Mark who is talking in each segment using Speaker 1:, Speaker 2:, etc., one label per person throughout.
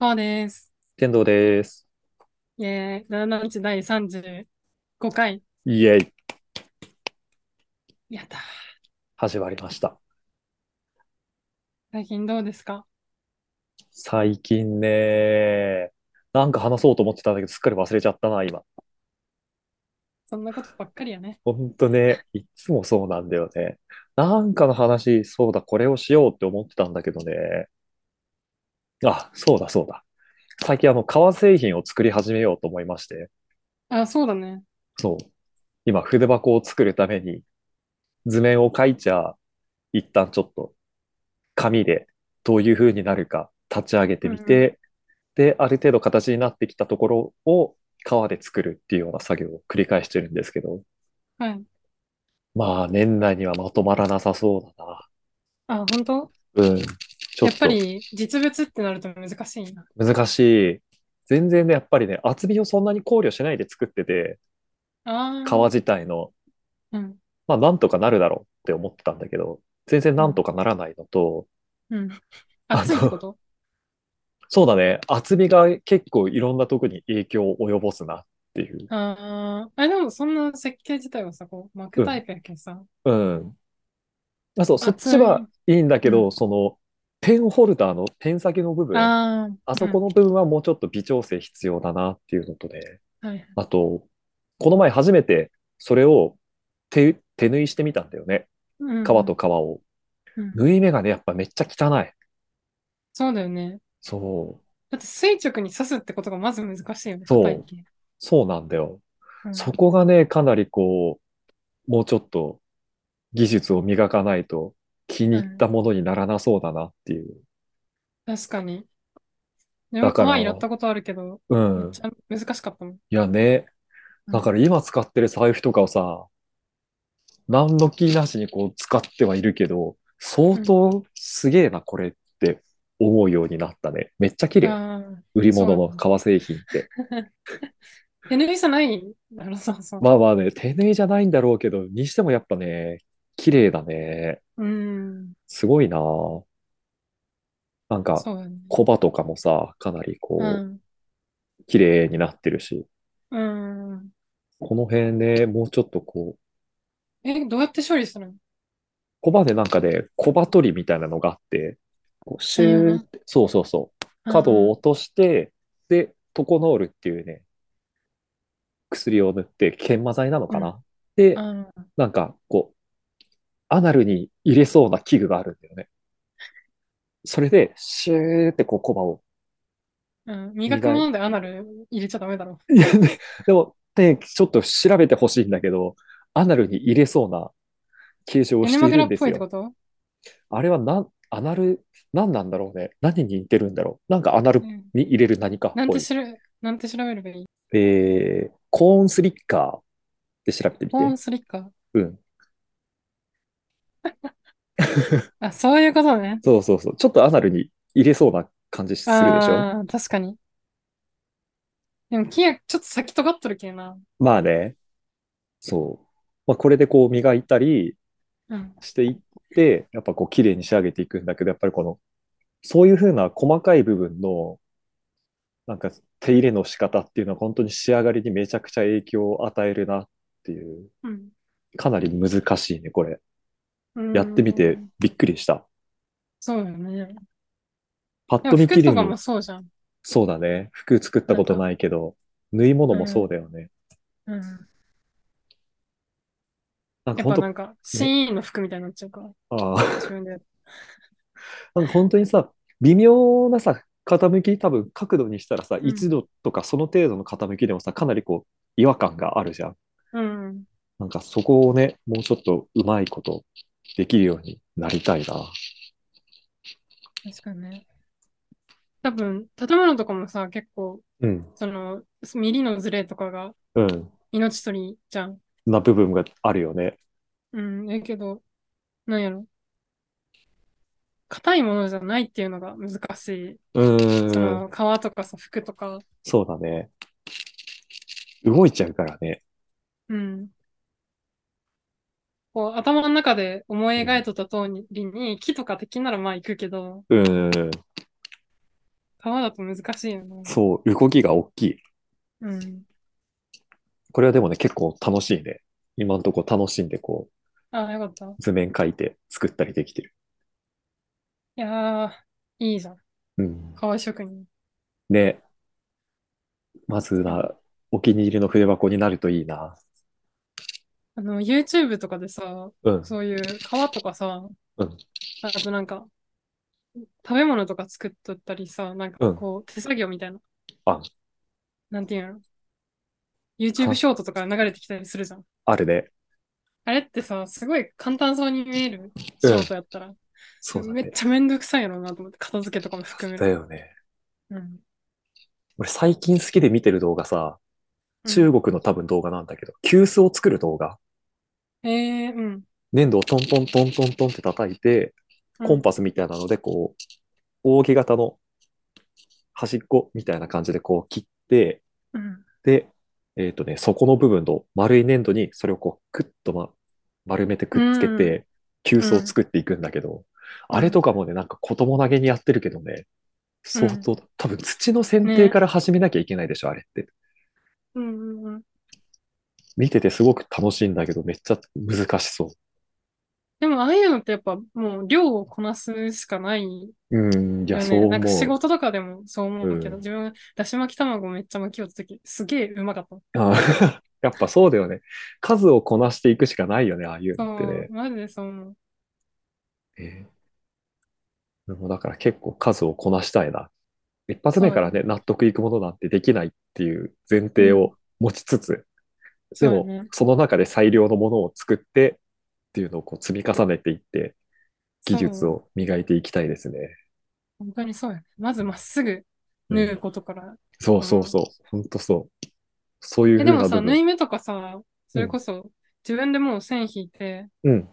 Speaker 1: そうです。
Speaker 2: 剣道です。
Speaker 1: イェーイ。71第35回。
Speaker 2: イエイ。
Speaker 1: やったー。
Speaker 2: 始まりました。
Speaker 1: 最近どうですか
Speaker 2: 最近ね、なんか話そうと思ってたんだけど、すっかり忘れちゃったな、今。
Speaker 1: そんなことばっかりやね。
Speaker 2: ほんとね、いつもそうなんだよね。なんかの話、そうだ、これをしようって思ってたんだけどね。あ、そうだ、そうだ。最近、あの、革製品を作り始めようと思いまして。
Speaker 1: あ、そうだね。
Speaker 2: そう。今、筆箱を作るために、図面を描いちゃ、一旦ちょっと、紙でどういう風になるか立ち上げて
Speaker 1: う
Speaker 2: み
Speaker 1: んうん。
Speaker 2: て、で、ある程度形になってきたところを革で作るっていうような作業を繰り返してるんですけど、
Speaker 1: はい。
Speaker 2: まあ年内にはまとまらなさそうだな。
Speaker 1: あ、本当
Speaker 2: うん。ちょ
Speaker 1: やっ
Speaker 2: っ
Speaker 1: ぱ
Speaker 2: と
Speaker 1: り実物ってなると難しいな。
Speaker 2: 難しい。全然ね、やっぱりね、厚みをそんなに考慮しないで作ってて、革
Speaker 1: あ
Speaker 2: 自体の、
Speaker 1: あ、うん、
Speaker 2: まあなんとかなるだろうって思ってたんだけど、全然
Speaker 1: う
Speaker 2: なん
Speaker 1: ん、
Speaker 2: とかならないのと、
Speaker 1: うん。
Speaker 2: あ
Speaker 1: 熱いってこ
Speaker 2: の、
Speaker 1: と
Speaker 2: そうだね、厚みが結構いろんなとこに影響を及ぼすなっていう。
Speaker 1: ああー、あ、でもそんな設計自体はさ、こう、巻
Speaker 2: う
Speaker 1: くタ
Speaker 2: ん、
Speaker 1: イプやけんさ、
Speaker 2: うん。あ、そう、そっち
Speaker 1: 熱。
Speaker 2: はいいいんだけ
Speaker 1: う
Speaker 2: ど、
Speaker 1: ん。
Speaker 2: その、ペンホルダーのペン先の部分、
Speaker 1: ああ、
Speaker 2: あ
Speaker 1: う
Speaker 2: そこ
Speaker 1: ん。
Speaker 2: の部分はもうちょっと微調整必要だなっていうのとね、
Speaker 1: はい。
Speaker 2: あと、この前初めてそれを手、手縫いしてみたんだよね。
Speaker 1: う
Speaker 2: 革
Speaker 1: ん、
Speaker 2: と革を。
Speaker 1: うん。
Speaker 2: 縫い目がね、やっぱめっちゃ汚い。
Speaker 1: そうだよね。
Speaker 2: そう、
Speaker 1: だって垂直に刺すってことがまず難しいよね、硬い
Speaker 2: そう、
Speaker 1: けん。
Speaker 2: そうなんだよ。
Speaker 1: う
Speaker 2: そ
Speaker 1: ん。
Speaker 2: こがね、かなりこう、もうちょっと技術を磨かないと気に
Speaker 1: う
Speaker 2: 入った
Speaker 1: ん。
Speaker 2: ものにならなそうだなっていう。
Speaker 1: 確かに。で
Speaker 2: だ
Speaker 1: も
Speaker 2: か
Speaker 1: 怖
Speaker 2: ら、
Speaker 1: いやったことあるけど、
Speaker 2: う
Speaker 1: めっ
Speaker 2: ん。
Speaker 1: ちゃ難しかったもん。
Speaker 2: いやね、
Speaker 1: う
Speaker 2: だ
Speaker 1: ん。
Speaker 2: から今使ってる財布とかをさ、何の気なしにこう使ってはいるけど、相
Speaker 1: うん。
Speaker 2: 当すげえな、これって思うようになったね。めっちゃ綺麗。
Speaker 1: ああ、
Speaker 2: 売り
Speaker 1: そう
Speaker 2: 物
Speaker 1: だ
Speaker 2: の
Speaker 1: ね。
Speaker 2: 革製品って。
Speaker 1: 手縫いじゃないだろ、そうそう。
Speaker 2: まあまあね、手縫いじゃないんだろうけど、にしてもやっぱね、綺麗だね。
Speaker 1: うん。
Speaker 2: すごいなあ。なんか、
Speaker 1: そうだね。
Speaker 2: コバとかもさ、かなり
Speaker 1: う
Speaker 2: こ
Speaker 1: ん。
Speaker 2: う、綺麗になってるし、
Speaker 1: うん。
Speaker 2: この辺ね、もうちょっとこう、
Speaker 1: え、どうやって処理するの
Speaker 2: コバでなんかね、コバ取りみたいなのがあって、こうシ
Speaker 1: 専用
Speaker 2: ューっ
Speaker 1: の
Speaker 2: て、そうそうそう、
Speaker 1: う
Speaker 2: 角を
Speaker 1: ん。
Speaker 2: 落として、で、トコノールっていうね、薬を塗って、研磨剤なの
Speaker 1: う
Speaker 2: か
Speaker 1: ん。
Speaker 2: なで、
Speaker 1: ああ。
Speaker 2: なんかこう、アナルに入れそうな器具があるんだよね。それで、シューってこう、コバを
Speaker 1: うん。磨く
Speaker 2: 磨
Speaker 1: も
Speaker 2: い、
Speaker 1: のでアナル入れちゃダメだろ。
Speaker 2: いやね、 でも、ね、ちょっと調べてほしいんだけど、アナルに入れそうな形状を
Speaker 1: エ
Speaker 2: し
Speaker 1: ネ
Speaker 2: て
Speaker 1: マ
Speaker 2: い
Speaker 1: グ
Speaker 2: る
Speaker 1: ラ
Speaker 2: ん
Speaker 1: っ
Speaker 2: で
Speaker 1: ぽ
Speaker 2: す
Speaker 1: いって
Speaker 2: よ。
Speaker 1: こと
Speaker 2: あれはなん、アナル、何なんだろうね。何に似てるんだろう。なんかアナル
Speaker 1: うん。
Speaker 2: に入れる何かっ
Speaker 1: なん
Speaker 2: ぽ
Speaker 1: て
Speaker 2: い。
Speaker 1: 知る、なんて調べればいい
Speaker 2: えー、コーンスリッカーで調べてみ
Speaker 1: コー
Speaker 2: て。
Speaker 1: ンスリッカー。
Speaker 2: うん。
Speaker 1: あ、そういうことね。
Speaker 2: そうそうそう。ちょっとアナルに入れそうな感じするでしょ。
Speaker 1: ああ、確かに。でも、木や、ちょっと先尖っとるけんな。
Speaker 2: まあね、そう。まあ、これでこう磨いたり
Speaker 1: うん。
Speaker 2: していって、やっぱこう綺麗に仕上げていくんだけど、やっぱりこの、そういうふうな細かい部分の、なんか手入れの仕方っていうのは本当に仕上がりにめちゃくちゃ影響を与えるなっていう、
Speaker 1: うん。
Speaker 2: かなり難しいね、これ。
Speaker 1: う
Speaker 2: やってみて
Speaker 1: ん。
Speaker 2: びっくりした。
Speaker 1: そうよね。
Speaker 2: パッ
Speaker 1: でも
Speaker 2: と見
Speaker 1: 服
Speaker 2: 綺麗
Speaker 1: とかも
Speaker 2: に、
Speaker 1: そうじゃん。
Speaker 2: そうだね。服作った
Speaker 1: な
Speaker 2: こ
Speaker 1: ん
Speaker 2: と
Speaker 1: か、
Speaker 2: ないけど、縫い物
Speaker 1: う、
Speaker 2: もそうんだよね。
Speaker 1: うん。
Speaker 2: なんか
Speaker 1: やっ
Speaker 2: 本
Speaker 1: ぱな
Speaker 2: 当、
Speaker 1: んか、
Speaker 2: ね、
Speaker 1: シーンの服みたいになっちゃうから、
Speaker 2: あ
Speaker 1: 自
Speaker 2: あ、
Speaker 1: 分で。
Speaker 2: なんか本当にさ、微妙なさ、傾き、多分角度にしたらさ、
Speaker 1: うん、
Speaker 2: 1度とかその程度の傾きでもさ、かなりこう、違和感があるじゃん。
Speaker 1: うん。
Speaker 2: なんかそこをね、もうちょっとうまいことできるようになりたいな。
Speaker 1: 確かにね。多分、建物とかもさ、結構、
Speaker 2: うん、
Speaker 1: その、ミリのズレとかが
Speaker 2: うん。
Speaker 1: 命取りじゃん。
Speaker 2: な部分があるよね。
Speaker 1: うん、ええけど、なんやろ。硬いものじゃないっていうのが難しい。
Speaker 2: う
Speaker 1: そ
Speaker 2: ーん、
Speaker 1: の、革とかさ、服とか。
Speaker 2: そうだね。動いちゃうからね。
Speaker 1: うん。こう、頭の中で思
Speaker 2: う
Speaker 1: い描
Speaker 2: ん、
Speaker 1: いとった通りに、木とか敵ならまあ行くけど、
Speaker 2: うーん、
Speaker 1: 革だと難しいよね。
Speaker 2: そう、動きが大きい。
Speaker 1: うん。
Speaker 2: これはでもね、結構楽しいね。今のとこ楽しんで、こう、
Speaker 1: あ、よかった。い
Speaker 2: 図面描いて作ったりできてる。
Speaker 1: やー、いいじゃん。
Speaker 2: うん。
Speaker 1: 革職人。
Speaker 2: ね。まずは、お気に入りの筆箱になるといいな。
Speaker 1: あの、YouTube とかでさ、
Speaker 2: うん。
Speaker 1: そういう革とかさ、
Speaker 2: うん
Speaker 1: あとなんか、食べ物とか作っとったりさ、なんかこう、手作業みたいな。
Speaker 2: あ
Speaker 1: なんていうの ?YouTube ショートとか流れてきたりするじゃん。
Speaker 2: あるね。
Speaker 1: あれってさ、すごい簡単そうに見えるショートやったら、
Speaker 2: そうだ
Speaker 1: めっ
Speaker 2: ね。
Speaker 1: ちゃめんどくさいやろうなと思って、片付けとかも含め
Speaker 2: だ
Speaker 1: る。
Speaker 2: よね。
Speaker 1: うん
Speaker 2: 俺最近好きで見てる動画さ、中国の多分動画なんだけど、急須を作る動画。
Speaker 1: うん、えー、うん。
Speaker 2: 粘土をトントントントントンって叩いて、コンパスみたいなので、こう、扇形の端っこみたいな感じでこう切って、
Speaker 1: うん。
Speaker 2: で、えっとね、底の部分の丸い粘土にそれをこう、クッとま、丸めてくっつけ
Speaker 1: うんう
Speaker 2: て、急須を作っていくんだけど、あれとかもね、なんか子供投げにやってるけどね、相当、多分土の剪定から始めなきゃいけないでしょ、あれって。
Speaker 1: うんうんうん。
Speaker 2: 見ててすごく楽しいんだけど、めっちゃ難しそ
Speaker 1: でも、ああいうのってやっぱもう量をこなすしかないよ
Speaker 2: う。うん、いや、
Speaker 1: ね。
Speaker 2: そう思
Speaker 1: なんか仕
Speaker 2: う。
Speaker 1: 事とかでもそう思うけ
Speaker 2: う
Speaker 1: ど、
Speaker 2: ん
Speaker 1: 自分、だし巻き卵めっちゃ巻きよった時、すげえうまかった。
Speaker 2: あ ーやっぱそうだよね。数をこなしていくしかないよね、ああいう
Speaker 1: そ
Speaker 2: のってね
Speaker 1: う、。マジでそう思う。
Speaker 2: えーでもだから結構数をこなしたいな。一発目からね、納得いくものなんてできないっていう前提を持ちつつ、
Speaker 1: そ
Speaker 2: で
Speaker 1: う
Speaker 2: も
Speaker 1: だね
Speaker 2: その中で最良のものを作ってっていうのをこう積み重ねていって、技術
Speaker 1: そう。
Speaker 2: を磨いていきたいですね。
Speaker 1: 本当にそうやね。まずまっすぐ
Speaker 2: うん
Speaker 1: 縫うことから。
Speaker 2: そうそうそう。ほんとそう。そういう
Speaker 1: え、
Speaker 2: 風
Speaker 1: でも
Speaker 2: な
Speaker 1: さ、
Speaker 2: 部
Speaker 1: 縫
Speaker 2: 分。
Speaker 1: い目とかさ、それこそ自分でもう線引いて、
Speaker 2: うん。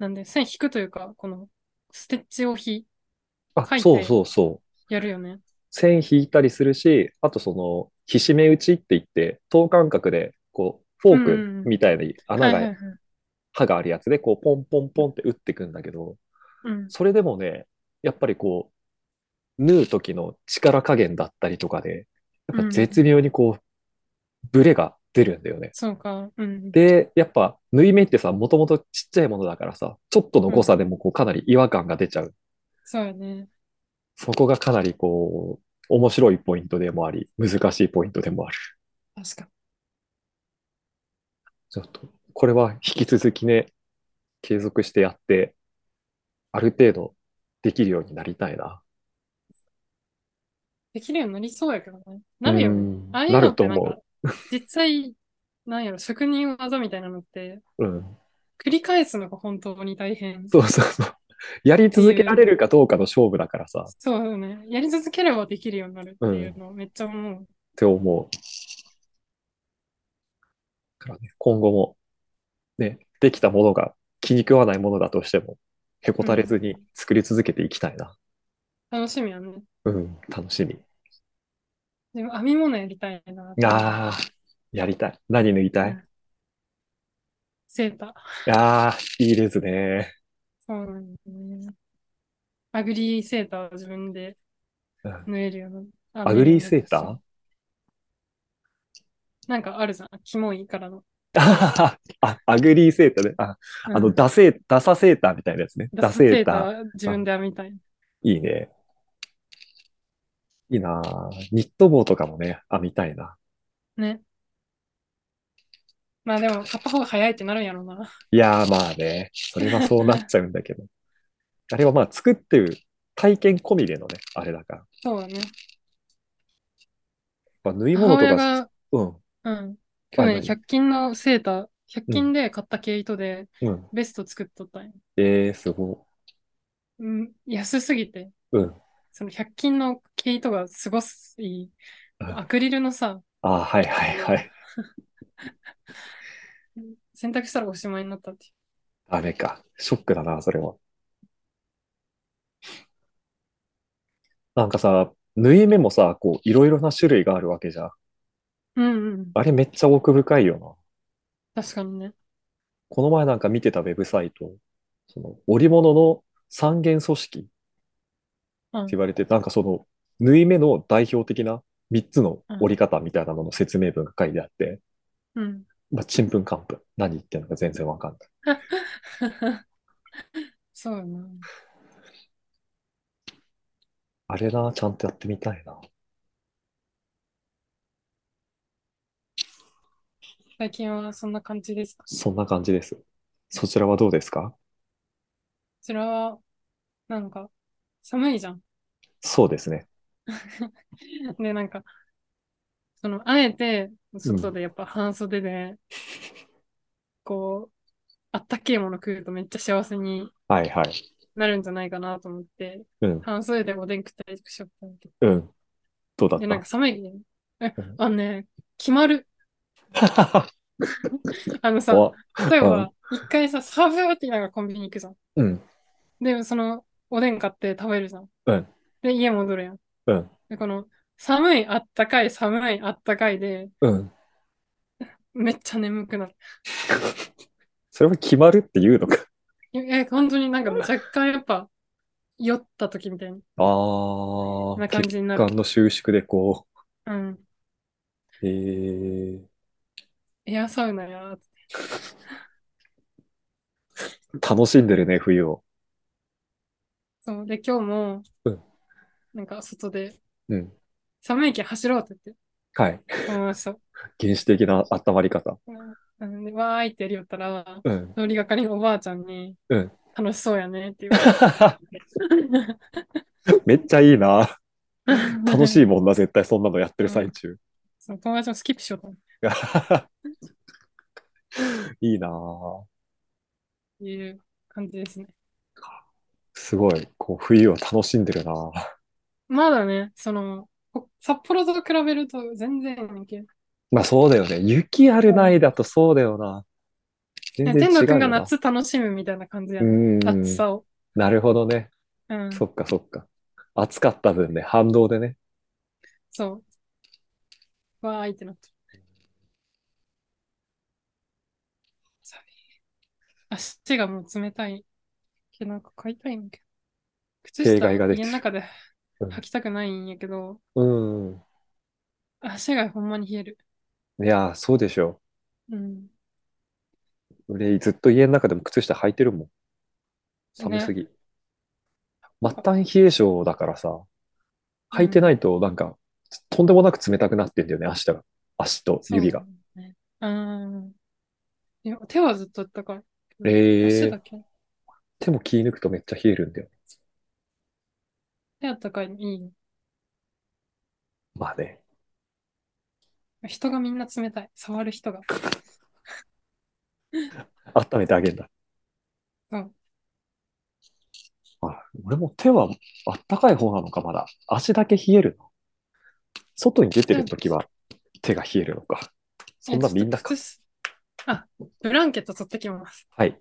Speaker 1: なんで線引くというか、このステッチをひ
Speaker 2: あ、
Speaker 1: 書い
Speaker 2: そう
Speaker 1: て
Speaker 2: そうそう。
Speaker 1: やるよね。
Speaker 2: 線引いたりするし、あとその、ひしめ打ちって言って、等間隔で、こう、フォー
Speaker 1: うんうん
Speaker 2: クみたいに穴
Speaker 1: はいはい
Speaker 2: が、
Speaker 1: はい。
Speaker 2: 刃があるやつで、こう、ポンポンポンって打っていくんだけど、
Speaker 1: うん。
Speaker 2: それでもね、やっぱりこう、縫う時の力加減だったりとかで、やっぱ絶妙にこう、ブレが出るんだよね。
Speaker 1: そうか。うん。
Speaker 2: で、やっぱ、縫い目ってさ、もともとちっちゃいものだからさ、ちょっとの誤差でもこう、かなり違和感が出ちゃう。
Speaker 1: そうやね。
Speaker 2: そこがかなりこう、面白いポイントでもあり、難しいポイントでもある。
Speaker 1: 確か
Speaker 2: ちょっと、これは引き続きね、継続してやって、ある程度できるようになりたいな。
Speaker 1: できるようになりそうやけどね。なるよ
Speaker 2: う
Speaker 1: ね。
Speaker 2: ん
Speaker 1: ああいう
Speaker 2: な
Speaker 1: の
Speaker 2: る
Speaker 1: っ
Speaker 2: と
Speaker 1: てなん
Speaker 2: 思
Speaker 1: か、実際、なんやろ、職人技みたいなのって、
Speaker 2: う。うん。
Speaker 1: 繰り返すのが本当に大変。
Speaker 2: そうそうそう。 やり続けられるかどうかの勝負だからさ、っ
Speaker 1: そうよね。やり続ければできるようになるっていうのをめっちゃ思う。
Speaker 2: て思う。だからね、今後も、ね、できたものが気に食わないものだとしても、へこたれずに作り続けていきたいな。
Speaker 1: 楽しみやね。
Speaker 2: うん、楽しみ。
Speaker 1: でも編み物やりたいな。
Speaker 2: ああ、やりたい。何抜いたい
Speaker 1: うんセーター。
Speaker 2: ああ、いいですね。
Speaker 1: そうなんだね。アグリーセーターを自分で
Speaker 2: うん
Speaker 1: 縫えるような。
Speaker 2: アグリーセーター
Speaker 1: ーなんかあるじゃん。キモいからの。
Speaker 2: あ、アグリーセーターね。あ、あ
Speaker 1: う
Speaker 2: の、
Speaker 1: ん
Speaker 2: ダセー、ダサセーターみたいなやつね。ダ
Speaker 1: ダセ
Speaker 2: セー
Speaker 1: ータ
Speaker 2: ター。
Speaker 1: ー自分で編みたい。
Speaker 2: いいね。いいなあニット帽とかもね、編みたいな。
Speaker 1: ね。まあでも、買った方が早いってなるんやろうな。
Speaker 2: いやーまあね、それはそうなっちゃうんだけど。 あれはまあ作ってる体験込みでのね、あれだから。
Speaker 1: そうだね。
Speaker 2: まあ、縫い
Speaker 1: 母
Speaker 2: 物と
Speaker 1: 親
Speaker 2: か、
Speaker 1: が、
Speaker 2: うん。
Speaker 1: うん。去年、100均のセーター、100均で買った毛糸で
Speaker 2: うん。
Speaker 1: ベスト作っとったんや。
Speaker 2: えー、すご
Speaker 1: うん、安すぎて、
Speaker 2: い。うん。
Speaker 1: その100均の毛糸がすごすいい。
Speaker 2: うん
Speaker 1: アクリルのさ、
Speaker 2: あーはいはいはい。
Speaker 1: 洗濯したらおしまいになったってい
Speaker 2: ダメか。ショックだな、それは。なんかさ、縫い目もさ、こう、いろいろな種類があるわけじゃん。
Speaker 1: う。うんうん。
Speaker 2: あれめっちゃ奥深いよな。
Speaker 1: 確かにね。
Speaker 2: この前なんか見てたウェブサイト、その織物の三元組織って
Speaker 1: うん
Speaker 2: 言われて、なんかその縫い目の代表的な3つの折り方みたいなのの説明文が書いてあって、
Speaker 1: うん。
Speaker 2: まあ、ちんぷんかんぷん。何言ってんのか全然わかんない。
Speaker 1: そうやな。
Speaker 2: あれな、ちゃんとやってみたいな。
Speaker 1: 最近はそんな感じですかこ
Speaker 2: そんな感じです。そちらはどうですか
Speaker 1: ちらは、なんか、寒いじゃん。
Speaker 2: そうですね。
Speaker 1: で、なんか、その、あえて、外でやっぱ半袖で、 こう、あったけえもの食うとめっちゃ幸せに
Speaker 2: はいはい。
Speaker 1: なるんじゃないかなと思って、
Speaker 2: うん、
Speaker 1: 半袖でおでん食ったりとかしよったんだけ
Speaker 2: うん。どうだ
Speaker 1: ど。で、なん
Speaker 2: っ
Speaker 1: か寒いね。え
Speaker 2: うん、
Speaker 1: あのね、決まる。
Speaker 2: た
Speaker 1: あのさ、
Speaker 2: お
Speaker 1: 例えば、一回さ、サーフって言いながらコンビニ行くじゃん。
Speaker 2: うん、
Speaker 1: で、その、おでん買って食べるじゃん。
Speaker 2: うん
Speaker 1: で、家戻るやん。
Speaker 2: うん、
Speaker 1: で、この、寒い、あったかい、寒い、あったかいで、
Speaker 2: うん。
Speaker 1: めっちゃ眠くなる。
Speaker 2: それは決まるっていうの か。
Speaker 1: え、え本当になんか若干やっぱ、酔った時みたい
Speaker 2: あ
Speaker 1: な
Speaker 2: あ、
Speaker 1: 感
Speaker 2: 血
Speaker 1: じになる。
Speaker 2: 管の収縮でこ
Speaker 1: うん。
Speaker 2: う、えー、
Speaker 1: エアサウナやーって。
Speaker 2: 楽しんでるね、冬を。
Speaker 1: そう。で、今日も
Speaker 2: うん、
Speaker 1: なんか外で、
Speaker 2: うん。
Speaker 1: 寒いけん走ろうって言っ
Speaker 2: はい。
Speaker 1: て思いました。
Speaker 2: 原始的な温まり方。
Speaker 1: うんで、わーいってやりよったら、
Speaker 2: うん。
Speaker 1: 通りがかりのおばあちゃんに
Speaker 2: うん、
Speaker 1: 楽しそうやねって言われて。
Speaker 2: めっちゃい いな。楽
Speaker 1: い。
Speaker 2: しいもんな、絶対そんなのやってる最中。
Speaker 1: そう友達もスキップしようと思っ
Speaker 2: いいな。
Speaker 1: ていう感じですね。
Speaker 2: すごい、こう、冬を楽しんでるな。
Speaker 1: まだね、その、ほ札幌と比べると全然やねんけど
Speaker 2: まあそうだよね。雪あるないだとそうだよな。全
Speaker 1: ね
Speaker 2: 然
Speaker 1: 天
Speaker 2: 違
Speaker 1: 童
Speaker 2: う
Speaker 1: くんが
Speaker 2: よな。
Speaker 1: 夏楽しむみたいな感じや
Speaker 2: う
Speaker 1: ね、
Speaker 2: ん。
Speaker 1: 暑さを。
Speaker 2: なるほどね。
Speaker 1: うん。
Speaker 2: そっかそっか。暑かった分ね、反動でね。
Speaker 1: そう。わーいってなった。寒い足がもう冷たい。けどなんか買いたいんだけど。靴
Speaker 2: 弊
Speaker 1: 下
Speaker 2: 害が出て
Speaker 1: 家
Speaker 2: る
Speaker 1: の中で
Speaker 2: うん
Speaker 1: 履きたくないんやけど、
Speaker 2: うん。
Speaker 1: 足がほんまに冷える。
Speaker 2: いやー、そうでしょ
Speaker 1: うん。
Speaker 2: う。俺、ずっと家の中でも靴下履いてるもん。寒すぎ。末端冷え性だからさ、履いてないとなんか、とんでもなく冷たくなってんだよね、足が。足と指が。
Speaker 1: そうね。うん。いや手はずっとあったかい。
Speaker 2: え
Speaker 1: 足
Speaker 2: ー
Speaker 1: だ、け。
Speaker 2: 手も気抜くとめっちゃ冷えるんだよ。
Speaker 1: 手あったかいのいいね。
Speaker 2: まあね。
Speaker 1: 人がみんな冷たい。触る人が。
Speaker 2: 温めてあげるんだ。
Speaker 1: うん
Speaker 2: あ、俺も手はあったかい方なのか、まだ。足だけ冷えるの。外に出てるときは手が冷えるのか。そんなみんなか。
Speaker 1: えちょっと靴下あ、ブランケット取ってきます。
Speaker 2: はい。